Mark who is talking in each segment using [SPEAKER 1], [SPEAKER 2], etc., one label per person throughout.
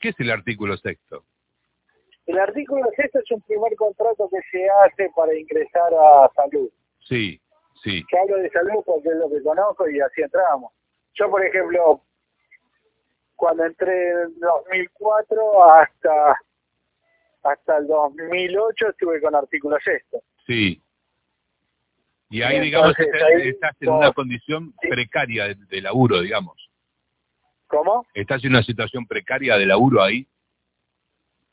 [SPEAKER 1] ¿Qué es el artículo sexto?
[SPEAKER 2] El artículo sexto es un primer contrato que se hace para ingresar a salud.
[SPEAKER 1] Sí, sí.
[SPEAKER 2] Yo hablo de salud porque es lo que conozco y así entramos. Yo, por ejemplo, cuando entré en 2004 hasta hasta el 2008 estuve con artículo sexto.
[SPEAKER 1] Sí. Y ahí, digamos,
[SPEAKER 2] Entonces,
[SPEAKER 1] estás,
[SPEAKER 2] ahí,
[SPEAKER 1] estás en
[SPEAKER 2] no.
[SPEAKER 1] una condición
[SPEAKER 2] Sí.
[SPEAKER 1] precaria de, de laburo, digamos.
[SPEAKER 2] ¿Cómo?
[SPEAKER 1] Estás en una situación precaria de laburo ahí.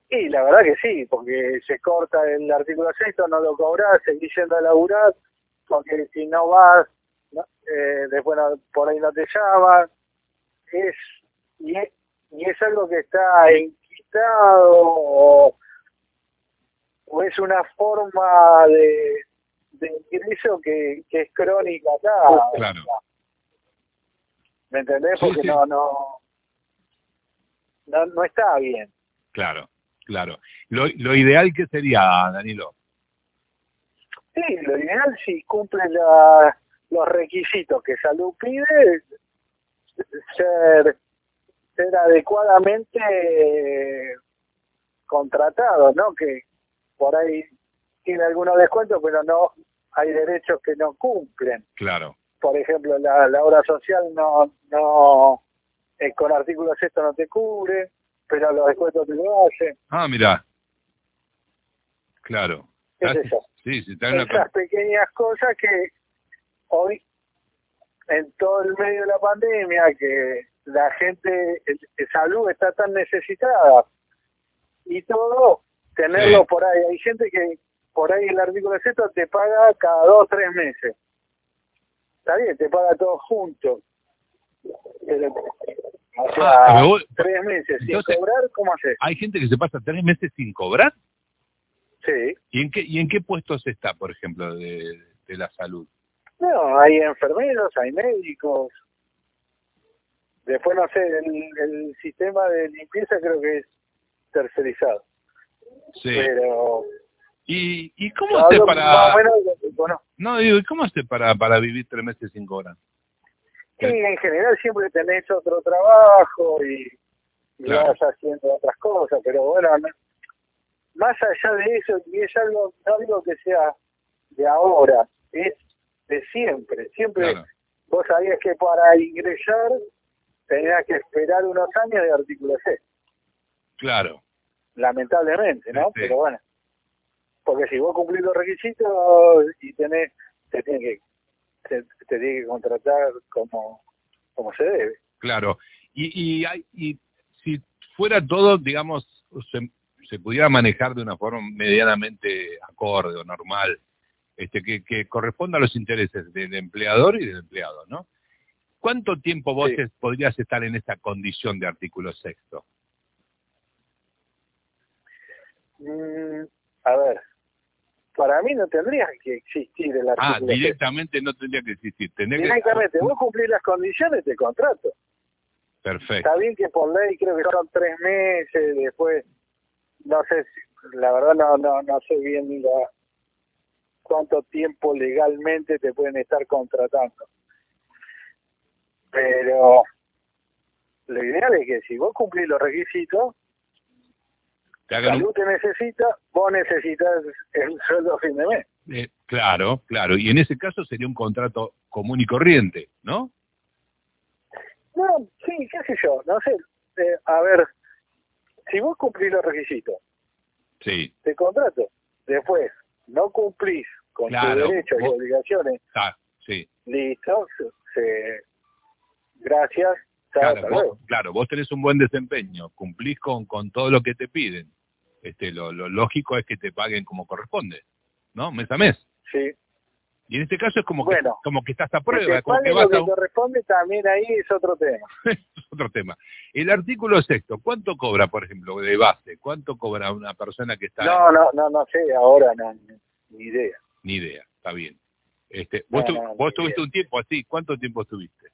[SPEAKER 2] Y la verdad que sí, porque se corta el artículo sexto, no lo cobras, seguís yendo a laburar, porque si no vas, no- eh, después no- por ahí no te llaman. Es, y, es, y es algo que está enquistado o, o es una forma de, de ingreso que, que es crónica acá.
[SPEAKER 1] Uh, Claro.
[SPEAKER 2] ¿Me entendés?
[SPEAKER 1] Sí,
[SPEAKER 2] Porque
[SPEAKER 1] sí.
[SPEAKER 2] No, no, no, no está bien.
[SPEAKER 1] Claro, claro. Lo, lo ideal que sería, Danilo.
[SPEAKER 2] Sí, lo ideal si cumple la- los requisitos que salud pide es ser, ser adecuadamente eh, contratado, ¿no? Que por ahí tiene algunos descuentos, pero no hay derechos que no cumplen.
[SPEAKER 1] Claro,
[SPEAKER 2] Por ejemplo, la, la obra social no, no eh, con artículos esto no te cubre, pero los descuentos te lo hacen.
[SPEAKER 1] Ah, mirá. Claro.
[SPEAKER 2] ¿Qué es
[SPEAKER 1] Estás-
[SPEAKER 2] eso?
[SPEAKER 1] Sí, sí, está en una...
[SPEAKER 2] esas pequeñas cosas que hoy en todo el medio de la pandemia que la gente el- de salud está tan necesitada y todo tenerlo
[SPEAKER 1] Sí.
[SPEAKER 2] por ahí hay gente que por ahí el artículo sexto te paga cada dos tres meses está bien te paga todo junto pero o sea,
[SPEAKER 1] Ah, pero vos-
[SPEAKER 2] tres meses sin
[SPEAKER 1] entonces-
[SPEAKER 2] cobrar cómo haces
[SPEAKER 1] Hay gente que se pasa tres meses sin cobrar.
[SPEAKER 2] sí
[SPEAKER 1] ¿Y en qué, y en qué puestos está, por ejemplo, de, de la salud?
[SPEAKER 2] No, hay enfermeros, hay médicos. Después, no sé, el, el sistema de limpieza creo que es tercerizado.
[SPEAKER 1] Sí.
[SPEAKER 2] Pero.
[SPEAKER 1] ¿Y, y
[SPEAKER 2] yo
[SPEAKER 1] cómo hace
[SPEAKER 2] hablo Más
[SPEAKER 1] para...?
[SPEAKER 2] o menos de lo que conozco.
[SPEAKER 1] No, digo, ¿y cómo hace para, para vivir tres meses sin cobrar?
[SPEAKER 2] Sí, en general siempre tenés otro trabajo y, y
[SPEAKER 1] Claro.
[SPEAKER 2] vas haciendo otras cosas, pero bueno, no- más allá de eso, y es algo, no digo que sea de ahora, es de siempre. Siempre
[SPEAKER 1] Claro.
[SPEAKER 2] vos sabías que para ingresar tenías que esperar unos años de artículo C,
[SPEAKER 1] Claro,
[SPEAKER 2] lamentablemente, ¿no?
[SPEAKER 1] Sí.
[SPEAKER 2] Pero bueno, porque si vos cumplís los requisitos y tenés, te tiene que, te, te tiene que contratar como, como se debe.
[SPEAKER 1] claro. Y, y, hay- y si fuera todo, digamos, se, se pudiera manejar de una forma medianamente acorde o normal, este, que, que corresponda a los intereses del empleador y del empleado, ¿no? ¿Cuánto tiempo vos
[SPEAKER 2] Sí.
[SPEAKER 1] es- podrías estar en esa condición de artículo sexto?
[SPEAKER 2] Mm, a ver, para mí no tendría que existir el
[SPEAKER 1] Ah,
[SPEAKER 2] artículo. seis.
[SPEAKER 1] directamente no tendría que existir. Tendría que- Ah,
[SPEAKER 2] Directamente, vos cumplís las condiciones de contrato.
[SPEAKER 1] Perfecto.
[SPEAKER 2] Está bien que por ley creo que son tres meses, después, no sé, si- la verdad no, no, no sé bien la- cuánto tiempo legalmente te pueden estar contratando. Pero lo ideal es que si vos cumplís los requisitos,
[SPEAKER 1] Te hagan un-
[SPEAKER 2] salud te necesita, vos necesitas el sueldo a fin de mes.
[SPEAKER 1] eh, claro, claro. Y en ese caso sería un contrato común y corriente, ¿no?
[SPEAKER 2] No, sí, qué sé yo, no sé. Eh, a ver, si vos cumplís los requisitos
[SPEAKER 1] Sí.
[SPEAKER 2] de contrato, después no cumplís con
[SPEAKER 1] Claro,
[SPEAKER 2] tus derechos y
[SPEAKER 1] vos-
[SPEAKER 2] obligaciones,
[SPEAKER 1] Está, sí.
[SPEAKER 2] listo, se- se- gracias, chao,
[SPEAKER 1] Claro
[SPEAKER 2] hasta
[SPEAKER 1] vos,
[SPEAKER 2] luego.
[SPEAKER 1] claro, vos tenés un buen desempeño, cumplís con, con todo lo que te piden. Este, lo, lo lógico es que te paguen como corresponde, ¿no? Mes a mes.
[SPEAKER 2] Sí.
[SPEAKER 1] Y en este caso es como que,
[SPEAKER 2] Bueno.
[SPEAKER 1] como que estás a
[SPEAKER 2] Que
[SPEAKER 1] prueba,
[SPEAKER 2] te
[SPEAKER 1] como
[SPEAKER 2] pague
[SPEAKER 1] que
[SPEAKER 2] lo
[SPEAKER 1] vas
[SPEAKER 2] que
[SPEAKER 1] a un-
[SPEAKER 2] corresponde también ahí es otro tema.
[SPEAKER 1] otro tema. El artículo sexto, ¿cuánto cobra, por ejemplo, de base? ¿Cuánto cobra una persona que está
[SPEAKER 2] No, no, no, no sé, ahora no, ni- ni idea.
[SPEAKER 1] Ni idea, está bien. Este, vos
[SPEAKER 2] No,
[SPEAKER 1] tu-
[SPEAKER 2] no,
[SPEAKER 1] vos
[SPEAKER 2] ni
[SPEAKER 1] tuviste un tiempo así, ¿cuánto tiempo estuviste?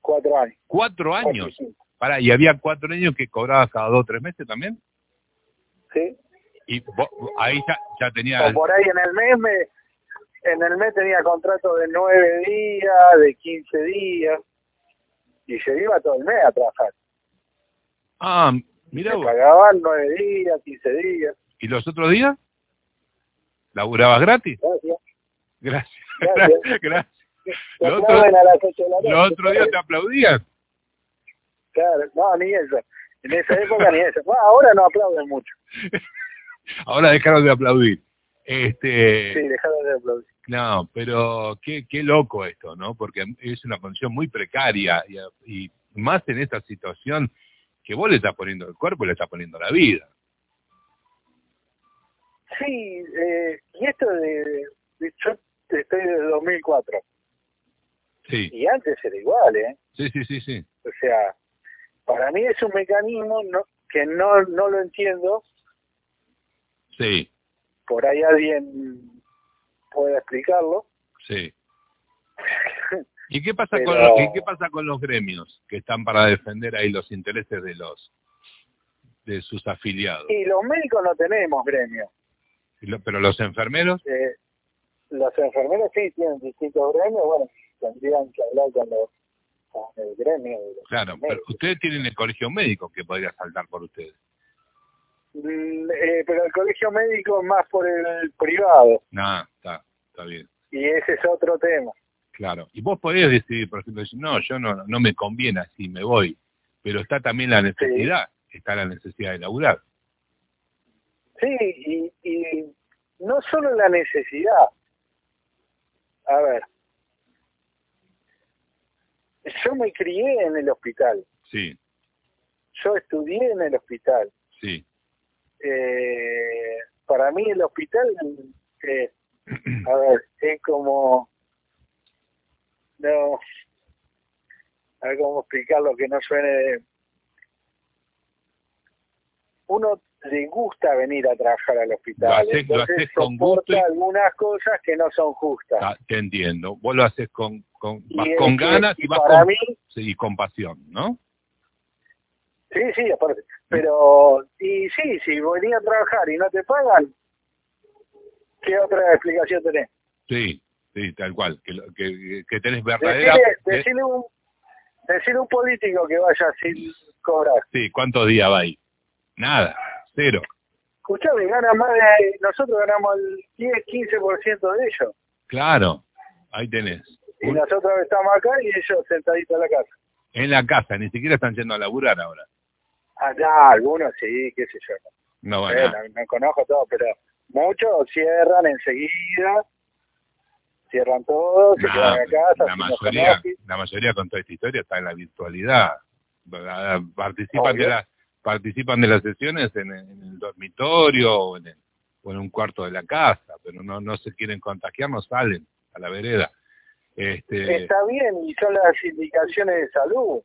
[SPEAKER 2] Cuatro años.
[SPEAKER 1] ¿Cuatro años?
[SPEAKER 2] Cuatro y cinco.
[SPEAKER 1] Pará, ¿y había cuatro años que cobrabas cada dos o tres meses también?
[SPEAKER 2] Sí.
[SPEAKER 1] Y vos- ahí ya, ya
[SPEAKER 2] O
[SPEAKER 1] tenías...
[SPEAKER 2] por ahí en el mes me, en el mes tenía contrato de nueve días, de 15 días, y se iba todo el mes a trabajar.
[SPEAKER 1] Ah, Mira vos.
[SPEAKER 2] Pagaban nueve días, quince días.
[SPEAKER 1] ¿Y los otros días? ¿Laburabas gratis?
[SPEAKER 2] Gracias.
[SPEAKER 1] Gracias.
[SPEAKER 2] Gracias.
[SPEAKER 1] Gracias.
[SPEAKER 2] Te
[SPEAKER 1] Lo otro-
[SPEAKER 2] aplauden a las ocho de la noche.
[SPEAKER 1] Los otros días te aplaudían.
[SPEAKER 2] Claro, no, ni eso. En esa época ni eso. Bueno, ahora no aplauden mucho.
[SPEAKER 1] Ahora dejaron de aplaudir. Este,
[SPEAKER 2] Sí, dejaron de aplaudir.
[SPEAKER 1] No, pero qué, qué loco esto, ¿no? Porque es una condición muy precaria y, y más en esta situación que vos le estás poniendo el cuerpo y le estás poniendo la vida.
[SPEAKER 2] Sí, eh, y esto de, de- Yo estoy desde 2004.
[SPEAKER 1] Sí,
[SPEAKER 2] Y antes era igual, ¿eh?
[SPEAKER 1] sí, sí, sí, sí.
[SPEAKER 2] O sea, para mí es un mecanismo no- que no, no lo entiendo.
[SPEAKER 1] Sí,
[SPEAKER 2] Por ahí alguien puede explicarlo.
[SPEAKER 1] sí. ¿Y qué pasa con
[SPEAKER 2] Pero-
[SPEAKER 1] los, y qué pasa con los gremios que están para defender ahí los intereses de los de sus afiliados?
[SPEAKER 2] Y los médicos no tenemos gremio.
[SPEAKER 1] Y lo- Pero los enfermeros,
[SPEAKER 2] Eh, los enfermeros sí tienen distintos gremios. Bueno, tendrían que hablar con, los, con el gremio. de los
[SPEAKER 1] claro, pero
[SPEAKER 2] médicos.
[SPEAKER 1] ustedes tienen el colegio médico que podría saltar por ustedes.
[SPEAKER 2] Mm, eh, pero el colegio médico es más por el privado.
[SPEAKER 1] Nada, está, está bien.
[SPEAKER 2] Y ese es otro tema.
[SPEAKER 1] Claro, y vos podés decidir, por ejemplo, decir, no, yo no, no me conviene así, me voy. Pero está también la necesidad, está la necesidad de laburar.
[SPEAKER 2] Sí, y, y no solo la necesidad. A ver, yo me crié en el hospital,
[SPEAKER 1] Sí,
[SPEAKER 2] yo estudié en el hospital.
[SPEAKER 1] sí,
[SPEAKER 2] Eh, para mí el hospital, eh, a ver, es como... No, a ver cómo explicarlo que no suene... Uno le gusta venir a trabajar al hospital,
[SPEAKER 1] Lo haces- lo
[SPEAKER 2] entonces
[SPEAKER 1] haces con
[SPEAKER 2] soporta
[SPEAKER 1] gusto y-
[SPEAKER 2] algunas cosas que no son justas.
[SPEAKER 1] está- te entiendo. Vos lo haces con, con,
[SPEAKER 2] Y
[SPEAKER 1] vas
[SPEAKER 2] es
[SPEAKER 1] con
[SPEAKER 2] que-
[SPEAKER 1] ganas y vas
[SPEAKER 2] para
[SPEAKER 1] con,
[SPEAKER 2] mí,
[SPEAKER 1] sí, y con pasión, ¿no?
[SPEAKER 2] sí, sí, aparte.
[SPEAKER 1] Mm.
[SPEAKER 2] Pero, y sí, si venía a trabajar y no te pagan, ¿qué otra explicación tenés?
[SPEAKER 1] Sí, sí, tal cual, que, lo- que, que tenés verdadera...
[SPEAKER 2] Decirle,
[SPEAKER 1] que-
[SPEAKER 2] un, decile un político que vaya sin cobrar.
[SPEAKER 1] sí, ¿cuántos días va ahí? Nada, cero.
[SPEAKER 2] Escuchame, gana más de, nosotros ganamos el 10, 15% de ellos.
[SPEAKER 1] Claro, ahí tenés.
[SPEAKER 2] Y nosotros estamos acá y ellos sentaditos en la casa.
[SPEAKER 1] En la casa, ni siquiera están yendo a laburar ahora.
[SPEAKER 2] Acá algunos sí, qué sé yo.
[SPEAKER 1] No van
[SPEAKER 2] Eh,
[SPEAKER 1] a...
[SPEAKER 2] no, no conozco todo, pero muchos cierran enseguida, cierran todo, se
[SPEAKER 1] Nah,
[SPEAKER 2] quedan en la casa.
[SPEAKER 1] la
[SPEAKER 2] sin los
[SPEAKER 1] mayoría, eh.
[SPEAKER 2] conoce.
[SPEAKER 1] la mayoría con toda esta historia está en la virtualidad. ¿verdad? Participan
[SPEAKER 2] Obvio.
[SPEAKER 1] de las participan de las sesiones en el, en el dormitorio o en, el- o en un cuarto de la casa, pero no no se quieren contagiar, no salen a la vereda. Este,
[SPEAKER 2] Está bien, y son las indicaciones de salud.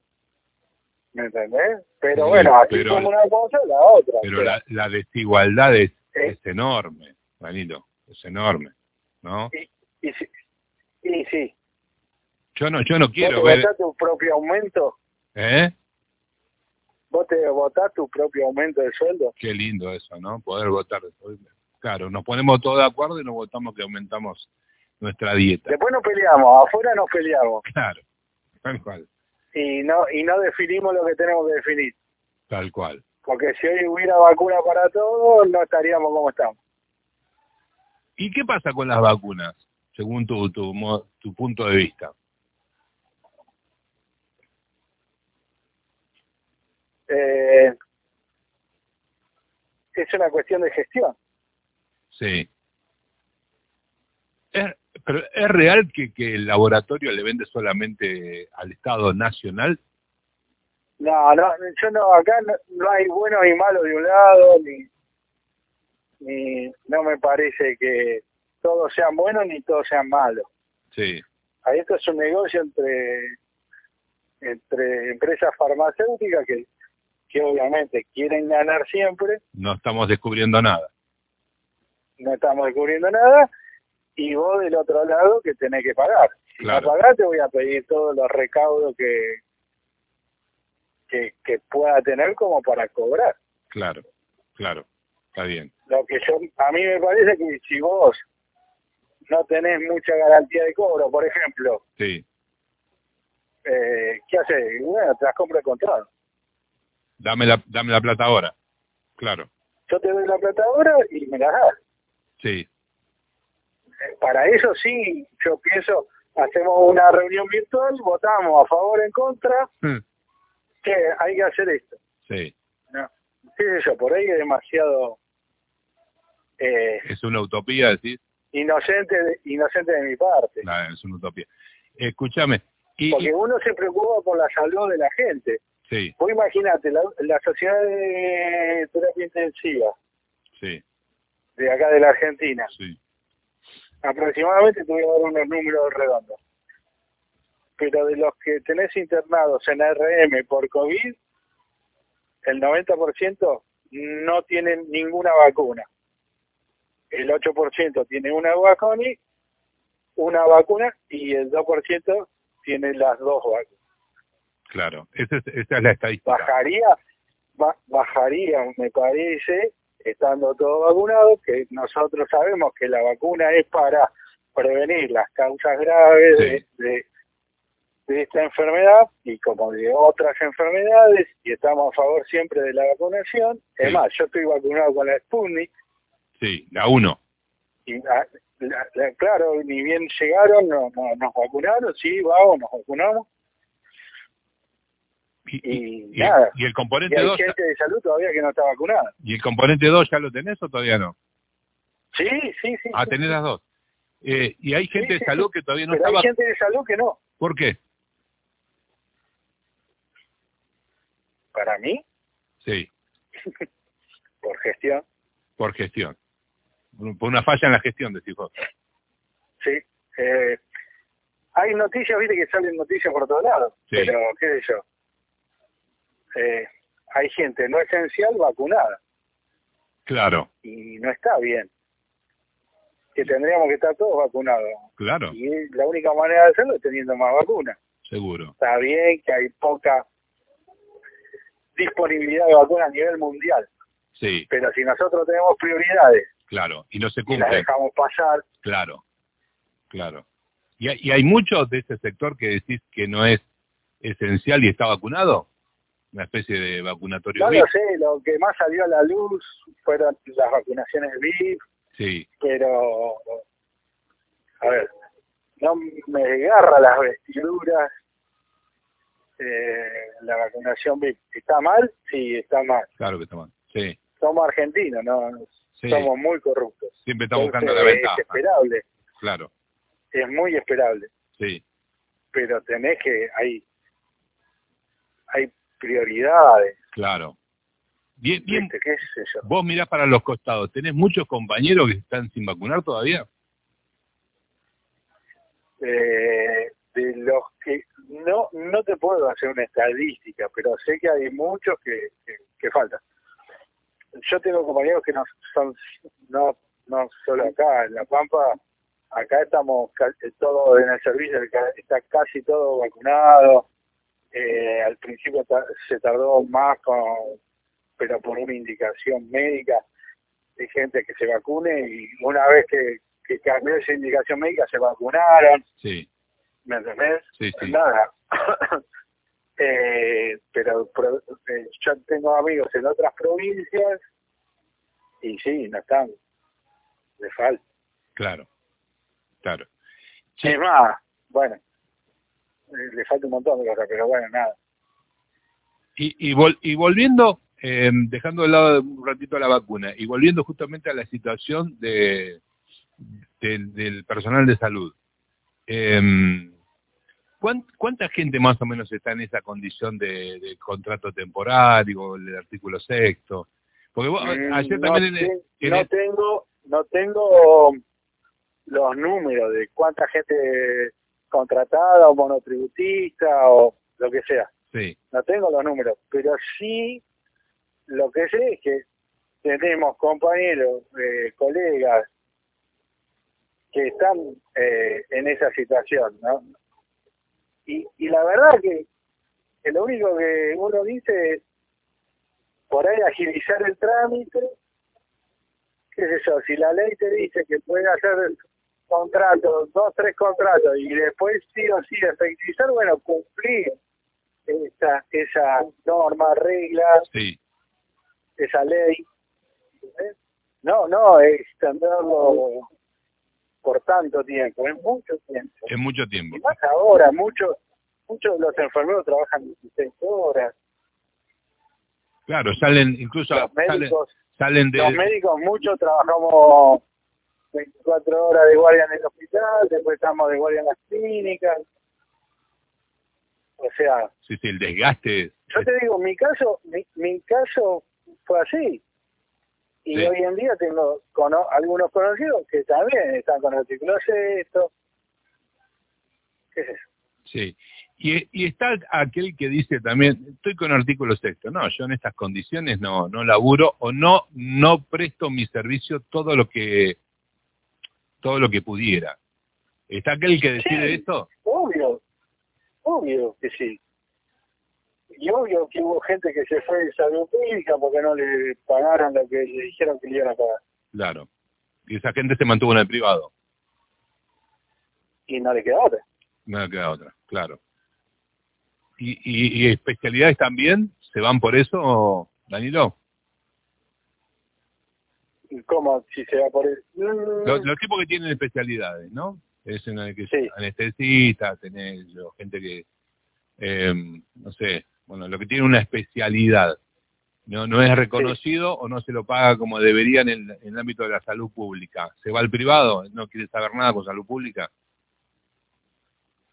[SPEAKER 2] ¿Me entendés? Pero
[SPEAKER 1] Sí,
[SPEAKER 2] bueno, así
[SPEAKER 1] pero-
[SPEAKER 2] como una cosa, la otra.
[SPEAKER 1] pero
[SPEAKER 2] O sea,
[SPEAKER 1] la, la desigualdad es,
[SPEAKER 2] Eh.
[SPEAKER 1] es enorme, Danilo, es enorme, ¿no?
[SPEAKER 2] Y sí, y sí.
[SPEAKER 1] Yo no yo no quiero
[SPEAKER 2] vos te
[SPEAKER 1] ver,
[SPEAKER 2] votás tu propio aumento,
[SPEAKER 1] ¿eh?
[SPEAKER 2] vos te votás tu propio aumento de sueldo.
[SPEAKER 1] Qué lindo eso, ¿no? Poder votar. Claro, nos ponemos todos de acuerdo y nos votamos que aumentamos nuestra dieta.
[SPEAKER 2] Después nos peleamos, afuera nos peleamos
[SPEAKER 1] Claro, tal cual,
[SPEAKER 2] y no y no definimos lo que tenemos que definir.
[SPEAKER 1] tal cual.
[SPEAKER 2] Porque si hoy hubiera vacuna para todos, no estaríamos como estamos.
[SPEAKER 1] ¿Y qué pasa con las vacunas, según tu, tu, mo- tu punto de vista?
[SPEAKER 2] Eh, es una cuestión de gestión.
[SPEAKER 1] Sí. ¿Es, pero ¿es real que, que el laboratorio le vende solamente al Estado Nacional?
[SPEAKER 2] No, no, yo no, acá no, no hay bueno ni malo de un lado, ni, ni no me parece que todos sean buenos ni todos sean malos.
[SPEAKER 1] Sí,
[SPEAKER 2] Ahí esto es un negocio entre entre empresas farmacéuticas que, que obviamente quieren ganar siempre,
[SPEAKER 1] no estamos descubriendo nada.
[SPEAKER 2] no estamos descubriendo nada, y vos del otro lado que tenés que pagar. Si
[SPEAKER 1] Claro.
[SPEAKER 2] no pagás te voy a pedir todos los recaudos que, que, que pueda tener como para cobrar.
[SPEAKER 1] Claro, claro, está bien.
[SPEAKER 2] Lo que yo, a mí me parece que si vos no tenés mucha garantía de cobro, por ejemplo,
[SPEAKER 1] Sí,
[SPEAKER 2] eh, ¿qué haces? Bueno, te las compra el contrato.
[SPEAKER 1] Dame la, dame la plata ahora. Claro,
[SPEAKER 2] Yo te doy la plata ahora y me la das.
[SPEAKER 1] sí.
[SPEAKER 2] Eh, Para eso sí, yo pienso, hacemos una reunión virtual, votamos a favor o en contra,
[SPEAKER 1] Mm,
[SPEAKER 2] que hay que hacer esto.
[SPEAKER 1] Sí,
[SPEAKER 2] No, qué sé yo, por ahí es demasiado eh,
[SPEAKER 1] es una utopía, decís.
[SPEAKER 2] inocente, de- inocente de mi parte.
[SPEAKER 1] Nah, es una utopía. Escúchame. Y, y-
[SPEAKER 2] Porque uno se preocupa por la salud de la gente.
[SPEAKER 1] sí,
[SPEAKER 2] Vos imaginate, la, la sociedad de terapia intensiva
[SPEAKER 1] sí,
[SPEAKER 2] de acá de la Argentina,
[SPEAKER 1] sí.
[SPEAKER 2] aproximadamente te voy a dar unos números redondos. Pero de los que tenés internados en RM por COVID, el 90% no tienen ninguna vacuna. El 8% tiene una vacuna, una vacuna y el 2% tiene las dos vacunas.
[SPEAKER 1] Claro, esa es, esa es la estadística.
[SPEAKER 2] bajaría, ba- bajaría, me parece, estando todo vacunado, que nosotros sabemos que la vacuna es para prevenir las causas graves de- de, de esta enfermedad y como de otras enfermedades, y estamos a favor siempre de la vacunación. Es
[SPEAKER 1] Sí.
[SPEAKER 2] más, yo estoy vacunado con la Sputnik,
[SPEAKER 1] Sí, la uno.
[SPEAKER 2] y la- la- la- claro, ni bien llegaron, no, no- nos vacunaron, sí, vamos, nos vacunamos,
[SPEAKER 1] Y, y-
[SPEAKER 2] y,
[SPEAKER 1] y-
[SPEAKER 2] nada.
[SPEAKER 1] y el
[SPEAKER 2] Y
[SPEAKER 1] componente
[SPEAKER 2] hay
[SPEAKER 1] 2
[SPEAKER 2] gente de salud todavía que no está vacunada.
[SPEAKER 1] y el componente 2 ya lo tenés o todavía no?
[SPEAKER 2] Sí, sí, sí.
[SPEAKER 1] Ah,
[SPEAKER 2] sí.
[SPEAKER 1] tenés las dos. Eh, y hay gente
[SPEAKER 2] Sí,
[SPEAKER 1] de
[SPEAKER 2] sí,
[SPEAKER 1] salud
[SPEAKER 2] sí.
[SPEAKER 1] que todavía no
[SPEAKER 2] Pero
[SPEAKER 1] estaba.
[SPEAKER 2] hay gente de salud que no.
[SPEAKER 1] ¿Por qué?
[SPEAKER 2] Para mí,
[SPEAKER 1] Sí,
[SPEAKER 2] por gestión,
[SPEAKER 1] por gestión. Por por una falla en la gestión, decís vos.
[SPEAKER 2] sí. Eh, hay noticias, viste que salen noticias por todos lados,
[SPEAKER 1] Sí.
[SPEAKER 2] pero qué sé yo. Eh, hay gente no esencial vacunada
[SPEAKER 1] Claro,
[SPEAKER 2] y no está bien. Que tendríamos que estar todos vacunados.
[SPEAKER 1] claro,
[SPEAKER 2] Y la única manera de hacerlo es teniendo más vacunas.
[SPEAKER 1] seguro.
[SPEAKER 2] Está bien que hay poca disponibilidad de vacunas a nivel mundial,
[SPEAKER 1] Sí,
[SPEAKER 2] pero si nosotros tenemos prioridades
[SPEAKER 1] claro. Y no se
[SPEAKER 2] y las
[SPEAKER 1] cumple.
[SPEAKER 2] dejamos pasar,
[SPEAKER 1] Claro, claro. Y hay, y hay muchos de ese sector que decís que no es esencial y está vacunado. Una especie de vacunatorio
[SPEAKER 2] No
[SPEAKER 1] VIP.
[SPEAKER 2] lo sé, lo que más salió a la luz fueron las vacunaciones VIP,
[SPEAKER 1] Sí,
[SPEAKER 2] pero. A ver, no me desgarra las vestiduras eh, la vacunación VIP. ¿Está mal? Sí, está mal.
[SPEAKER 1] claro que está mal. Sí,
[SPEAKER 2] Somos argentinos, no
[SPEAKER 1] sí.
[SPEAKER 2] somos muy corruptos.
[SPEAKER 1] Siempre está buscando la
[SPEAKER 2] Entonces, Es
[SPEAKER 1] ventaja.
[SPEAKER 2] esperable,
[SPEAKER 1] Claro,
[SPEAKER 2] es muy esperable,
[SPEAKER 1] sí,
[SPEAKER 2] pero tenés que. Hay, hay prioridades,
[SPEAKER 1] claro. Bien, bien.
[SPEAKER 2] ¿viste? ¿Qué sé yo?
[SPEAKER 1] Vos mirás para los costados. ¿Tenés muchos compañeros que están sin vacunar todavía?
[SPEAKER 2] eh, de los que no no te puedo hacer una estadística, pero sé que hay muchos que, que, que faltan. Yo tengo compañeros que no son no no solo acá en la Pampa, acá estamos ca- eh, todo en el servicio ca- está casi todo vacunado. Eh, al principio ta- se tardó más con- pero por una indicación médica de gente que se vacune y una vez que, que cambió esa indicación médica se vacunaron
[SPEAKER 1] Sí,
[SPEAKER 2] ¿Me entendés?
[SPEAKER 1] sí, sí.
[SPEAKER 2] Nada. Eh, pero pro- eh, yo tengo amigos en otras provincias y sí, no están. Le falta.
[SPEAKER 1] Claro, claro. Sí.
[SPEAKER 2] Es más, bueno, eh, le falta un montón de cosas, pero bueno, nada.
[SPEAKER 1] Y, y, vol- y volviendo, eh, dejando de lado un ratito la vacuna, y volviendo justamente a la situación de, del- del personal de salud, eh, ¿cuán- ¿cuánta gente más o menos está en esa condición de, de contrato temporario, el artículo sexto? Porque vos,
[SPEAKER 2] Mm,
[SPEAKER 1] ayer
[SPEAKER 2] no
[SPEAKER 1] también en,
[SPEAKER 2] te-
[SPEAKER 1] en
[SPEAKER 2] no
[SPEAKER 1] el-
[SPEAKER 2] tengo no tengo los números de cuánta gente contratada o monotributista o lo que sea.
[SPEAKER 1] Sí,
[SPEAKER 2] no tengo los números, pero sí lo que sé es que tenemos compañeros, eh, colegas que están eh, en esa situación, ¿no? Y, y la verdad que, que lo único que uno dice es por ahí agilizar el trámite, qué sé yo, si la ley te dice que puede hacer contratos, dos, tres contratos, y después sí o sí efectivizar, bueno, cumplir esa, esa norma, regla,
[SPEAKER 1] Sí,
[SPEAKER 2] esa ley. ¿entendés? No, no, extenderlo por tanto tiempo, es mucho tiempo.
[SPEAKER 1] es mucho tiempo.
[SPEAKER 2] Y más ahora, muchos muchos de los enfermeros trabajan 16 horas.
[SPEAKER 1] Claro, salen incluso
[SPEAKER 2] Los
[SPEAKER 1] salen,
[SPEAKER 2] médicos,
[SPEAKER 1] salen
[SPEAKER 2] los
[SPEAKER 1] de
[SPEAKER 2] médicos muchos trabajamos 24 horas de guardia en el hospital, después estamos de guardia en las clínicas. O sea,
[SPEAKER 1] sí, sí, el desgaste. es-
[SPEAKER 2] yo te digo, mi caso, mi, mi caso fue así. Y
[SPEAKER 1] Sí.
[SPEAKER 2] hoy en día tengo cono- algunos conocidos que también están con artículo sexto. ¿Qué es eso?
[SPEAKER 1] Sí. Y, y está aquel que dice también, estoy con artículo sexto. No, yo en estas condiciones no, no laburo o no, no presto mi servicio todo lo que, todo lo que pudiera. Está aquel que decide
[SPEAKER 2] Sí.
[SPEAKER 1] esto.
[SPEAKER 2] Obvio, obvio que sí. Y obvio que hubo gente que se fue de salud pública porque no le pagaron lo que le dijeron que le iban a pagar.
[SPEAKER 1] Claro. Y esa gente se mantuvo en el privado.
[SPEAKER 2] Y no le quedó otra.
[SPEAKER 1] No le queda otra, claro. ¿Y, y, y especialidades también? ¿Se van por eso, Danilo?
[SPEAKER 2] ¿Y ¿Cómo? Si se va por el...
[SPEAKER 1] Los, los tipos que tienen especialidades, ¿no? Es en el que
[SPEAKER 2] Mm. Sí.
[SPEAKER 1] anestesista, tenés yo, gente que, eh, no sé, bueno, lo que tiene una especialidad. No, no es reconocido o no se lo paga como debería en el, en el ámbito de la salud pública. Se va al privado, no quiere saber nada con salud pública.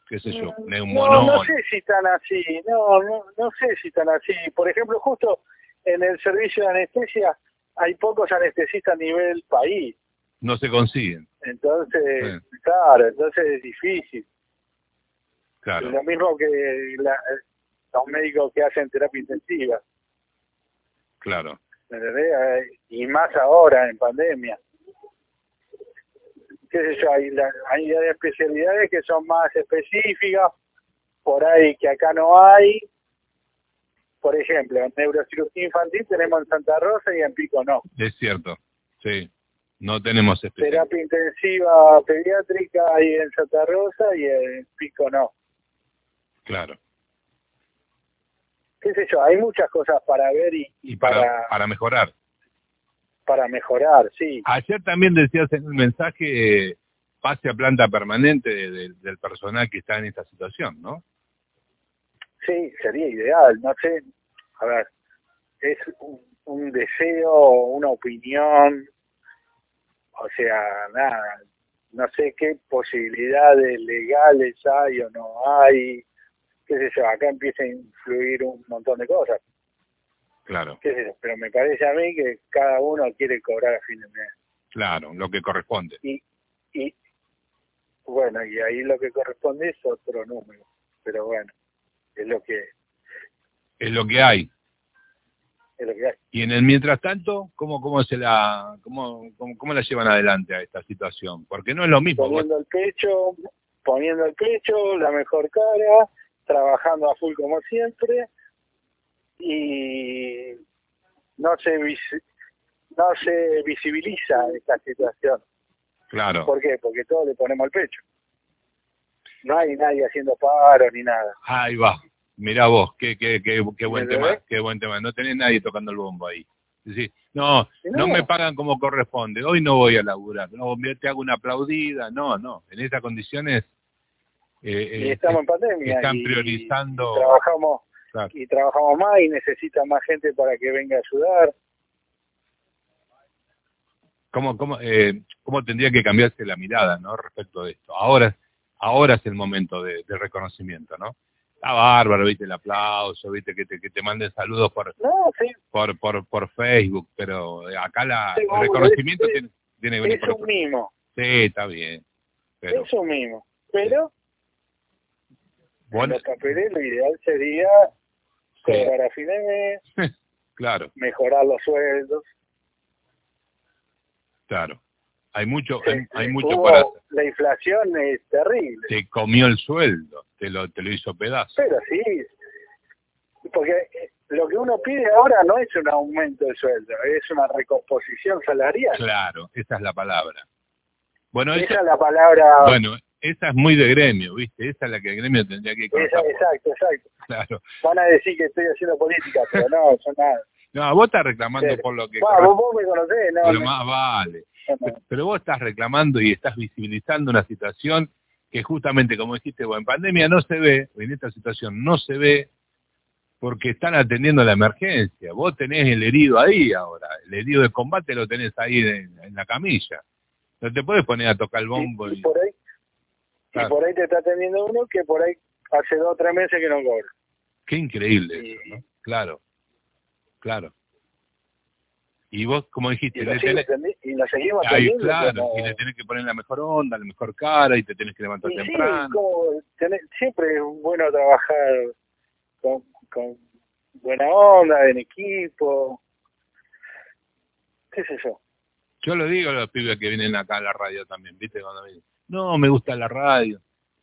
[SPEAKER 1] ¿Qué sé yo?
[SPEAKER 2] Mm, No,
[SPEAKER 1] Neumonólogo.
[SPEAKER 2] no sé si están así, no, no, no sé si están así. Por ejemplo, justo en el servicio de anestesia hay pocos anestesistas a nivel país,
[SPEAKER 1] no se consiguen,
[SPEAKER 2] entonces, claro, entonces es difícil.
[SPEAKER 1] claro.
[SPEAKER 2] Lo mismo que la- los médicos que hacen terapia intensiva,
[SPEAKER 1] Claro,
[SPEAKER 2] ¿me entendés? Eh, Y más ahora, en pandemia. ¿Qué sé yo? Hay, la- hay especialidades que son más específicas, por ahí que acá no hay. Por ejemplo, en neurocirugía infantil tenemos en Santa Rosa y en Pico no.
[SPEAKER 1] es cierto. Sí, no tenemos especialidad.
[SPEAKER 2] Terapia intensiva pediátrica hay en Santa Rosa y en Pico no.
[SPEAKER 1] Claro.
[SPEAKER 2] ¿Qué sé yo? Hay muchas cosas para ver y, y
[SPEAKER 1] Y para,
[SPEAKER 2] para,
[SPEAKER 1] para mejorar.
[SPEAKER 2] para mejorar, sí.
[SPEAKER 1] Ayer también decías en un mensaje eh, pase a planta permanente de- de- del personal que está en esta situación, ¿no?
[SPEAKER 2] Sí, sería ideal, no sé, a ver, es un, un deseo, una opinión, o sea, nada, no sé qué posibilidades legales hay o no hay, qué sé yo, acá empieza a influir un montón de cosas,
[SPEAKER 1] Claro,
[SPEAKER 2] qué sé yo, pero me parece a mí que cada uno quiere cobrar a fin de mes.
[SPEAKER 1] claro, lo que corresponde.
[SPEAKER 2] Y bueno, y ahí lo que corresponde es otro número, pero bueno, es lo que,
[SPEAKER 1] Es lo que hay.
[SPEAKER 2] es lo que hay.
[SPEAKER 1] Y en el mientras tanto, ¿cómo, cómo se la cómo, cómo, cómo la llevan adelante a esta situación? Porque no es lo mismo. vos-
[SPEAKER 2] poniendo el pecho, poniendo el pecho, la mejor cara, trabajando a full como siempre y no se visi- no se visibiliza esta situación.
[SPEAKER 1] claro.
[SPEAKER 2] ¿Por qué? Porque todos le ponemos el pecho. No hay nadie haciendo paro ni nada.
[SPEAKER 1] Ahí va. Mirá vos, qué, qué, qué, qué buen
[SPEAKER 2] ¿Me
[SPEAKER 1] tema,
[SPEAKER 2] entendés?
[SPEAKER 1] qué buen tema. No tenés nadie tocando el bombo ahí. Decís, no, no
[SPEAKER 2] No.
[SPEAKER 1] me pagan como corresponde, hoy no voy a laburar, no, mira, te hago una aplaudida, no, no, en estas condiciones eh,
[SPEAKER 2] Y
[SPEAKER 1] eh,
[SPEAKER 2] estamos en pandemia.
[SPEAKER 1] están
[SPEAKER 2] y-
[SPEAKER 1] priorizando-
[SPEAKER 2] y trabajamos,
[SPEAKER 1] Claro.
[SPEAKER 2] y trabajamos más y necesita más gente para que venga a ayudar.
[SPEAKER 1] ¿Cómo, cómo, eh, cómo tendría que cambiarse la mirada ¿no? respecto de esto? Ahora, ahora es el momento de, de reconocimiento, ¿no? Está bárbaro, viste el aplauso, viste que te, que te manden saludos por,
[SPEAKER 2] No, sí,
[SPEAKER 1] por, por, por Facebook, pero acá la,
[SPEAKER 2] Sí,
[SPEAKER 1] el
[SPEAKER 2] vamos,
[SPEAKER 1] reconocimiento
[SPEAKER 2] es-
[SPEAKER 1] tiene, tiene que venir
[SPEAKER 2] es
[SPEAKER 1] por
[SPEAKER 2] un
[SPEAKER 1] otro.
[SPEAKER 2] mimo,
[SPEAKER 1] Sí, está bien. Pero
[SPEAKER 2] eso mismo. Pero En
[SPEAKER 1] bueno,
[SPEAKER 2] los papeles lo ideal sería
[SPEAKER 1] Sí.
[SPEAKER 2] cobrar a fin de mes,
[SPEAKER 1] claro,
[SPEAKER 2] mejorar los sueldos.
[SPEAKER 1] claro. Hay mucho,
[SPEAKER 2] Sí,
[SPEAKER 1] hay, hay
[SPEAKER 2] sí,
[SPEAKER 1] mucho
[SPEAKER 2] hubo-
[SPEAKER 1] para hacer.
[SPEAKER 2] La inflación es terrible,
[SPEAKER 1] Te comió el sueldo, te lo, te lo hizo pedazo.
[SPEAKER 2] pero sí, porque eh, lo que uno pide ahora no es un aumento de sueldo, es una recomposición salarial.
[SPEAKER 1] Claro, esa es la palabra. Bueno,
[SPEAKER 2] Esa
[SPEAKER 1] eso,
[SPEAKER 2] es la palabra
[SPEAKER 1] Bueno, esa es muy de gremio, ¿viste? Esa es la que el gremio tendría que
[SPEAKER 2] Esa-
[SPEAKER 1] cortar.
[SPEAKER 2] exacto, exacto.
[SPEAKER 1] Claro.
[SPEAKER 2] Van a decir que estoy haciendo política, pero no, yo nada.
[SPEAKER 1] No, vos estás reclamando
[SPEAKER 2] Sí.
[SPEAKER 1] por lo que...
[SPEAKER 2] Va,
[SPEAKER 1] corre-
[SPEAKER 2] vos, vos me conocés, no.
[SPEAKER 1] pero
[SPEAKER 2] no,
[SPEAKER 1] más vale.
[SPEAKER 2] no,
[SPEAKER 1] Pero- Pero vos estás reclamando y estás visibilizando una situación que justamente, como dijiste, vos, en pandemia no se ve, en esta situación no se ve, porque están atendiendo la emergencia. Vos tenés el herido ahí ahora, el herido de combate lo tenés ahí en, en la camilla. No te puedes poner a tocar el bombo.
[SPEAKER 2] Y, y
[SPEAKER 1] y-
[SPEAKER 2] por ahí,
[SPEAKER 1] Claro.
[SPEAKER 2] y por ahí te está atendiendo uno que por ahí hace dos o tres meses que no cobra.
[SPEAKER 1] Qué increíble
[SPEAKER 2] Y-
[SPEAKER 1] eso, ¿no? Claro, claro. Y vos, como dijiste,
[SPEAKER 2] Y, lo,
[SPEAKER 1] le
[SPEAKER 2] sigue
[SPEAKER 1] tenés,
[SPEAKER 2] atendi- y lo seguimos
[SPEAKER 1] ahí,
[SPEAKER 2] atendiendo.
[SPEAKER 1] claro,
[SPEAKER 2] como-
[SPEAKER 1] y le tenés que poner la mejor onda, la mejor cara, y te tenés que levantar
[SPEAKER 2] Y sí,
[SPEAKER 1] temprano.
[SPEAKER 2] como tener- siempre es bueno trabajar con, con buena onda, en equipo, qué sé yo.
[SPEAKER 1] Yo lo digo a los pibes que vienen acá a la radio también, ¿viste? Cuando me dicen, no, me gusta la radio.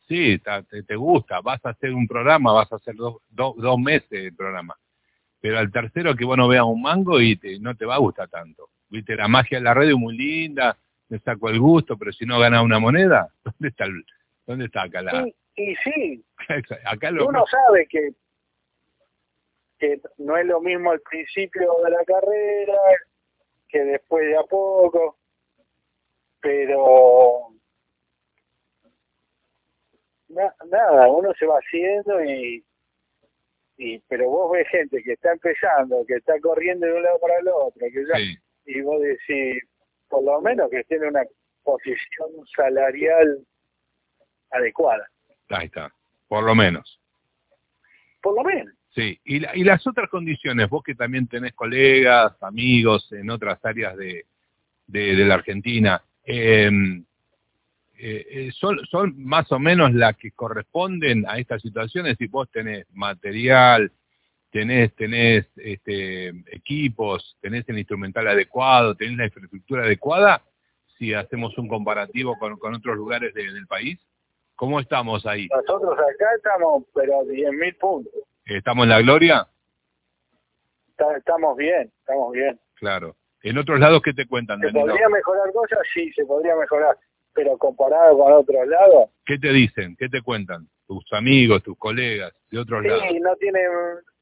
[SPEAKER 1] Sí, ta- te, te gusta, vas a hacer un programa, vas a hacer dos, dos- dos meses el programa. Pero al tercero que vos no veas un mango y te- no te va a gustar tanto. ¿Viste? La magia de la radio es muy linda, me saco el gusto, pero si no ganas una moneda, ¿dónde está el- dónde está acá la...
[SPEAKER 2] Y, y sí,
[SPEAKER 1] Acá lo...
[SPEAKER 2] uno sabe que que no es lo mismo al principio de la carrera que después de a poco, pero na- nada, uno se va haciendo y, y pero vos ves gente que está empezando, que está corriendo de un lado para el otro, que ya,
[SPEAKER 1] Sí,
[SPEAKER 2] y vos decís, por lo menos que tiene una posición salarial adecuada,
[SPEAKER 1] ahí está, por lo menos.
[SPEAKER 2] por lo menos.
[SPEAKER 1] Sí, y, la- y las otras condiciones, vos que también tenés colegas, amigos en otras áreas de, de, de la Argentina, eh, eh, eh, son, son más o menos las que corresponden a estas situaciones si vos tenés material, tenés, tenés este, equipos, tenés el instrumental adecuado, tenés la infraestructura adecuada, si hacemos un comparativo con, con otros lugares de- del país, ¿cómo estamos ahí?
[SPEAKER 2] Nosotros acá estamos, pero 10.000 puntos.
[SPEAKER 1] ¿Estamos en la gloria?
[SPEAKER 2] Ta- Estamos bien, estamos bien.
[SPEAKER 1] Claro. En otros lados, ¿qué te cuentan,
[SPEAKER 2] ¿Se
[SPEAKER 1] Danilo?
[SPEAKER 2] podría mejorar cosas? Sí, se podría mejorar. Pero comparado con otros lados,
[SPEAKER 1] ¿Qué te dicen? ¿Qué te cuentan? Tus amigos, tus colegas de otros lados.
[SPEAKER 2] sí, no tienen,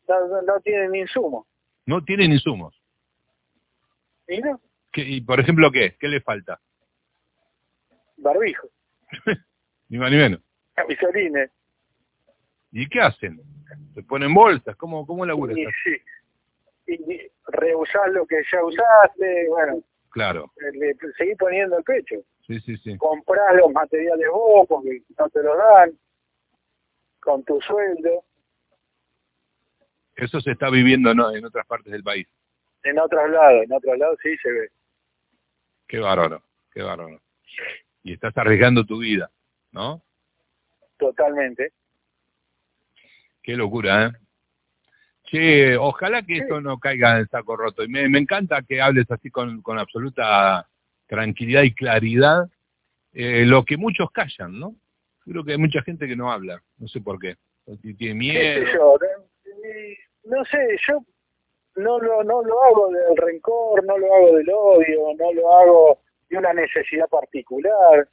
[SPEAKER 2] no, no- no tienen insumo.
[SPEAKER 1] No tienen insumos.
[SPEAKER 2] ¿Y no?
[SPEAKER 1] ¿Qué- ¿Y por ejemplo qué? ¿Qué les falta?
[SPEAKER 2] Barbijo,
[SPEAKER 1] Ni más ni menos.
[SPEAKER 2] camisolines.
[SPEAKER 1] ¿Y qué hacen? ¿Se ponen bolsas? ¿Cómo, cómo laburan?
[SPEAKER 2] Y, sí. Y- y rehusás lo que ya usaste, bueno,
[SPEAKER 1] Claro.
[SPEAKER 2] le seguís poniendo el pecho.
[SPEAKER 1] Sí, sí, sí.
[SPEAKER 2] Comprás los materiales vos porque no te los dan, con tu sueldo.
[SPEAKER 1] Eso se está viviendo ¿no? en otras partes del país.
[SPEAKER 2] En otros lados, en otros lados sí se ve.
[SPEAKER 1] Qué bárbaro. Qué bárbaro. Y estás arriesgando tu vida, ¿no?
[SPEAKER 2] Totalmente.
[SPEAKER 1] Qué locura, ¿eh? Che, ojalá que
[SPEAKER 2] Sí.
[SPEAKER 1] esto no caiga en el saco roto. Y me, me encanta que hables así con, con absoluta tranquilidad y claridad, eh, lo que muchos callan, ¿no? Creo que hay mucha gente que no habla, no sé por qué. O si Tiene
[SPEAKER 2] qué sé
[SPEAKER 1] miedo.
[SPEAKER 2] yo, no, no sé, yo no lo, no lo hago del rencor, no lo hago del odio, no lo hago de una necesidad particular,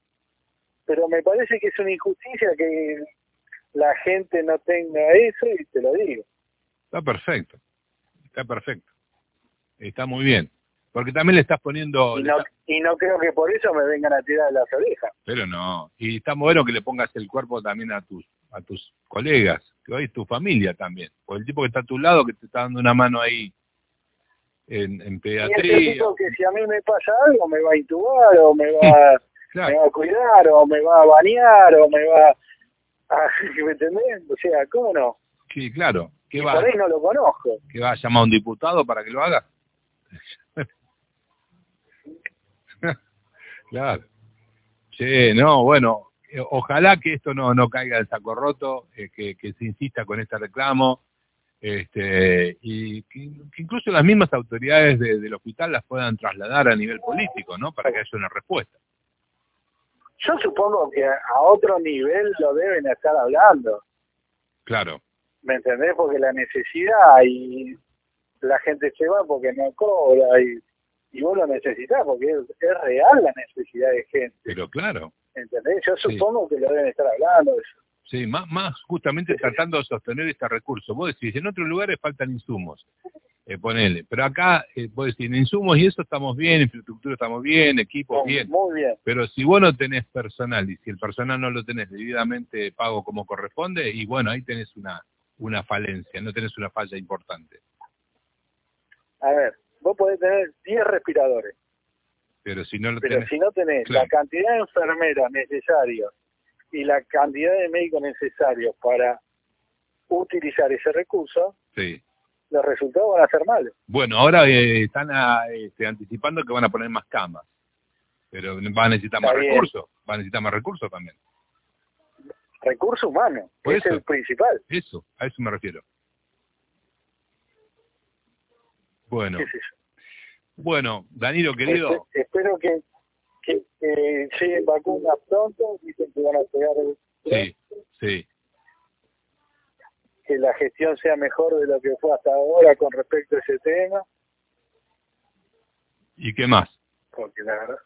[SPEAKER 2] pero me parece que es una injusticia que la gente no tenga eso y te lo digo.
[SPEAKER 1] Está perfecto, está perfecto. Está muy bien. Porque también le estás poniendo...
[SPEAKER 2] Y
[SPEAKER 1] le
[SPEAKER 2] no,
[SPEAKER 1] está-
[SPEAKER 2] y no creo que por eso me vengan a tirar de las orejas.
[SPEAKER 1] pero no. Y está bueno que le pongas el cuerpo también a tus a tus colegas, que hoy es tu familia también. O el tipo que está a tu lado, que te está dando una mano ahí en, en
[SPEAKER 2] Y es el
[SPEAKER 1] pediatría.
[SPEAKER 2] tipo que si a mí me pasa algo me va a intubar o me va, me
[SPEAKER 1] Claro,
[SPEAKER 2] va a cuidar o me va a bañar o me va a... ¿Me entendés? O sea, ¿cómo no?
[SPEAKER 1] sí, claro. ¿Qué
[SPEAKER 2] Y
[SPEAKER 1] va,
[SPEAKER 2] por ahí no lo conozco.
[SPEAKER 1] ¿Qué va a llamar a un diputado para que lo haga? claro. Che, no, bueno, eh, ojalá que esto no, no caiga del saco roto, eh, que, que se insista con este reclamo, este, y que, que incluso las mismas autoridades de- del hospital las puedan trasladar a nivel político, ¿no? Para que haya una respuesta.
[SPEAKER 2] Yo supongo que a otro nivel lo deben estar hablando,
[SPEAKER 1] Claro,
[SPEAKER 2] ¿me entendés? Porque la necesidad y la gente se va porque no cobra y, y vos lo necesitas porque es, es real la necesidad de gente,
[SPEAKER 1] pero claro,
[SPEAKER 2] ¿entendés? Yo
[SPEAKER 1] Sí.
[SPEAKER 2] supongo que lo deben estar hablando. eso.
[SPEAKER 1] Sí, más, más justamente tratando de sostener este recurso. Vos decís, en otros lugares faltan insumos, eh, ponele. Pero acá, eh, vos decís, en insumos y eso estamos bien, infraestructura estamos bien, equipos bien.
[SPEAKER 2] Muy bien.
[SPEAKER 1] Pero si vos no tenés personal y si el personal no lo tenés debidamente pago como corresponde, y bueno, ahí tenés una, una falencia, no tenés una falla importante.
[SPEAKER 2] A ver, vos podés tener 10 respiradores,
[SPEAKER 1] Pero si no lo
[SPEAKER 2] pero
[SPEAKER 1] tenés...
[SPEAKER 2] si no tenés
[SPEAKER 1] Claro.
[SPEAKER 2] la cantidad de enfermeras necesarios y la cantidad de médicos necesarios para utilizar ese recurso,
[SPEAKER 1] Sí.
[SPEAKER 2] los resultados van a ser malos.
[SPEAKER 1] Bueno, ahora eh, están ah, este, anticipando que van a poner más camas. Pero van a necesitar
[SPEAKER 2] Está
[SPEAKER 1] más
[SPEAKER 2] bien.
[SPEAKER 1] recursos. Van a necesitar más recursos también.
[SPEAKER 2] Recurso humano,
[SPEAKER 1] Por
[SPEAKER 2] que
[SPEAKER 1] eso.
[SPEAKER 2] es el principal.
[SPEAKER 1] Eso, a eso me refiero. Bueno,
[SPEAKER 2] ¿Qué sé yo?
[SPEAKER 1] bueno, Danilo querido,
[SPEAKER 2] Espe- espero que, que eh, lleguen vacunas pronto, dicen que van a llegar, eh,
[SPEAKER 1] sí, sí,
[SPEAKER 2] que la gestión sea mejor de lo que fue hasta ahora con respecto a ese tema,
[SPEAKER 1] ¿y qué más?
[SPEAKER 2] porque la verdad...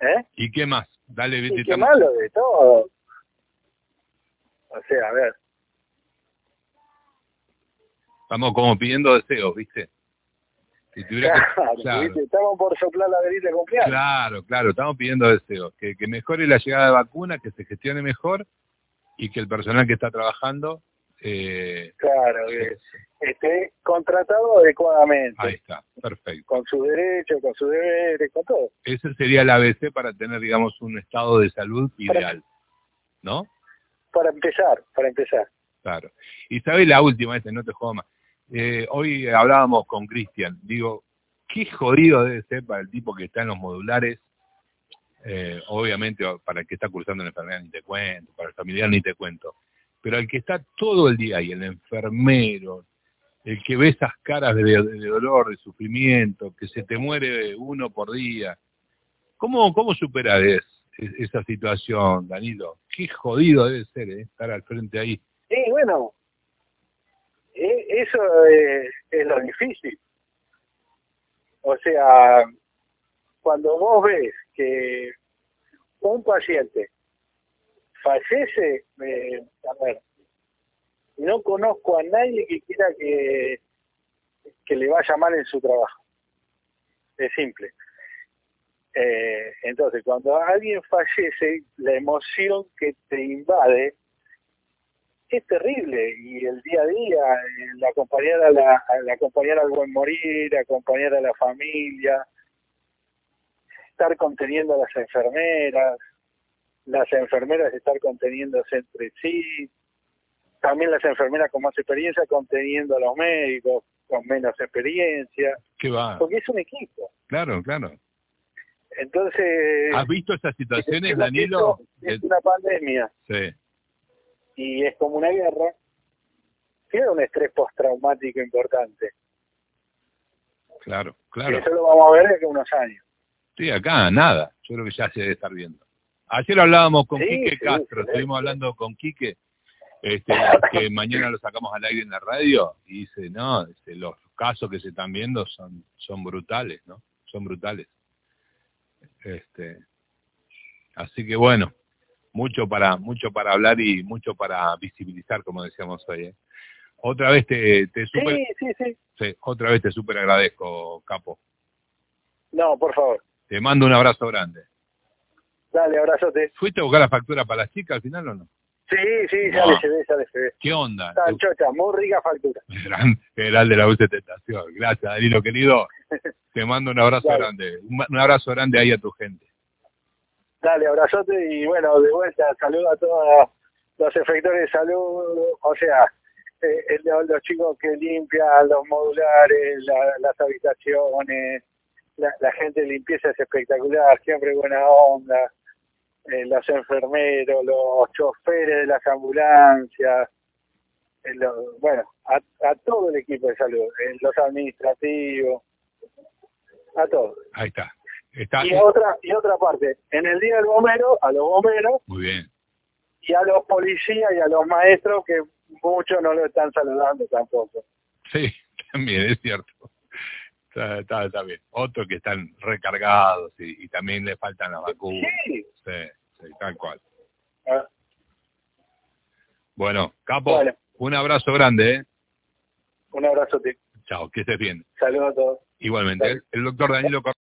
[SPEAKER 2] ¿Eh?
[SPEAKER 1] ¿Y qué más? Dale,
[SPEAKER 2] Y
[SPEAKER 1] vete,
[SPEAKER 2] qué
[SPEAKER 1] tam-
[SPEAKER 2] malo de todo. O sea, a ver,
[SPEAKER 1] estamos como pidiendo deseos, ¿viste? Si tuviera que-
[SPEAKER 2] claro,
[SPEAKER 1] claro,
[SPEAKER 2] ¿viste? estamos por soplar la velita de cumpleaños.
[SPEAKER 1] claro, claro, estamos pidiendo deseos, que, que mejore la llegada de vacunas, que se gestione mejor y que el personal que está trabajando, eh,
[SPEAKER 2] Claro, que esté contratado adecuadamente,
[SPEAKER 1] ahí está, perfecto.
[SPEAKER 2] con sus derechos, con sus deberes, con todo.
[SPEAKER 1] Ese sería el ABC para tener, digamos, un estado de salud ideal, ¿no?
[SPEAKER 2] Para empezar, para empezar.
[SPEAKER 1] Claro. Y sabes la última, este, no te jodas más. Eh, hoy hablábamos con Cristian, digo, qué jodido debe ser para el tipo que está en los modulares, eh, obviamente o para el que está cursando la enfermedad ni te cuento, para el familiar ni te cuento, pero al que está todo el día ahí, el enfermero, el que ve esas caras de, de dolor, de sufrimiento, que se te muere uno por día, ¿cómo, cómo superar es- es- esa situación, Danilo? Qué jodido debe ser eh, estar al frente ahí.
[SPEAKER 2] Y bueno, e- eso es, es lo difícil. O sea, cuando vos ves que un paciente fallece, eh, a ver, no conozco a nadie que quiera que, que le vaya mal en su trabajo. Es simple. Eh, entonces, cuando alguien fallece, la emoción que te invade es terrible y el día a día, el acompañar, a la, al acompañar al buen morir, acompañar a la familia, estar conteniendo a las enfermeras, las enfermeras estar conteniéndose entre sí, también las enfermeras con más experiencia conteniendo a los médicos con menos experiencia,
[SPEAKER 1] ¿Qué va?
[SPEAKER 2] porque es un equipo.
[SPEAKER 1] Claro, claro.
[SPEAKER 2] Entonces,
[SPEAKER 1] ¿Has visto esas situaciones,
[SPEAKER 2] es-
[SPEAKER 1] Danilo? eh,
[SPEAKER 2] es
[SPEAKER 1] De-
[SPEAKER 2] una pandemia.
[SPEAKER 1] Sí,
[SPEAKER 2] y es como una guerra, tiene un estrés postraumático importante.
[SPEAKER 1] claro, claro.
[SPEAKER 2] Eso lo vamos a ver de aquí a unos años.
[SPEAKER 1] Sí, acá nada. Yo creo que ya se debe estar viendo. Ayer hablábamos con
[SPEAKER 2] Sí,
[SPEAKER 1] Quique
[SPEAKER 2] sí,
[SPEAKER 1] Castro,
[SPEAKER 2] sí.
[SPEAKER 1] estuvimos hablando con Quique, este, que mañana lo sacamos al aire en la radio, y dice, no, dice, los casos que se están viendo son, son brutales, ¿no? Son brutales. Este, así que bueno, mucho para, mucho para hablar y mucho para visibilizar, como decíamos hoy. ¿eh? Otra vez te, te super,
[SPEAKER 2] Sí, sí, sí.
[SPEAKER 1] Sí, otra vez te súper agradezco, Capo.
[SPEAKER 2] No, por favor.
[SPEAKER 1] Te mando un abrazo grande.
[SPEAKER 2] Dale, abrazote.
[SPEAKER 1] ¿Fuiste a buscar la factura para las chicas al final o no?
[SPEAKER 2] Sí, sí, ya
[SPEAKER 1] Buah.
[SPEAKER 2] le se ve, ya le se ve.
[SPEAKER 1] ¿Qué onda?
[SPEAKER 2] Está chocha, muy rica factura.
[SPEAKER 1] Gran general de la UC Tentación. Gracias, Danilo, querido. Te mando un abrazo
[SPEAKER 2] Dale.
[SPEAKER 1] grande. Un, un abrazo grande ahí a tu gente.
[SPEAKER 2] Dale, abrazote y bueno, de vuelta, saludo a todos los efectores de salud, o sea, eh, eh, los, los chicos que limpian los modulares, la- las habitaciones, la, la gente de limpieza es espectacular, siempre buena onda, eh, los enfermeros, los choferes de las ambulancias, eh, los- bueno, a, a todo el equipo de salud, eh, los administrativos, a todos.
[SPEAKER 1] Ahí está. está
[SPEAKER 2] Y otra, y otra parte, en el día del bombero, a los bomberos
[SPEAKER 1] Muy bien.
[SPEAKER 2] y a los policías y a los maestros que muchos no lo están saludando tampoco.
[SPEAKER 1] Sí, también es cierto. Está, está- Uh. está bien. Otros que están recargados y, y también le faltan las vacunas.
[SPEAKER 2] Sí,
[SPEAKER 1] Sí, Sí, tal cual.
[SPEAKER 2] Ah,
[SPEAKER 1] Bueno, Capo,
[SPEAKER 2] Bueno.
[SPEAKER 1] un abrazo grande, ¿eh?
[SPEAKER 2] Un abrazo, te
[SPEAKER 1] Chao, que estés bien.
[SPEAKER 2] saludo a todos.
[SPEAKER 1] Igualmente.
[SPEAKER 2] Dale.
[SPEAKER 1] El doctor Danilo Cor-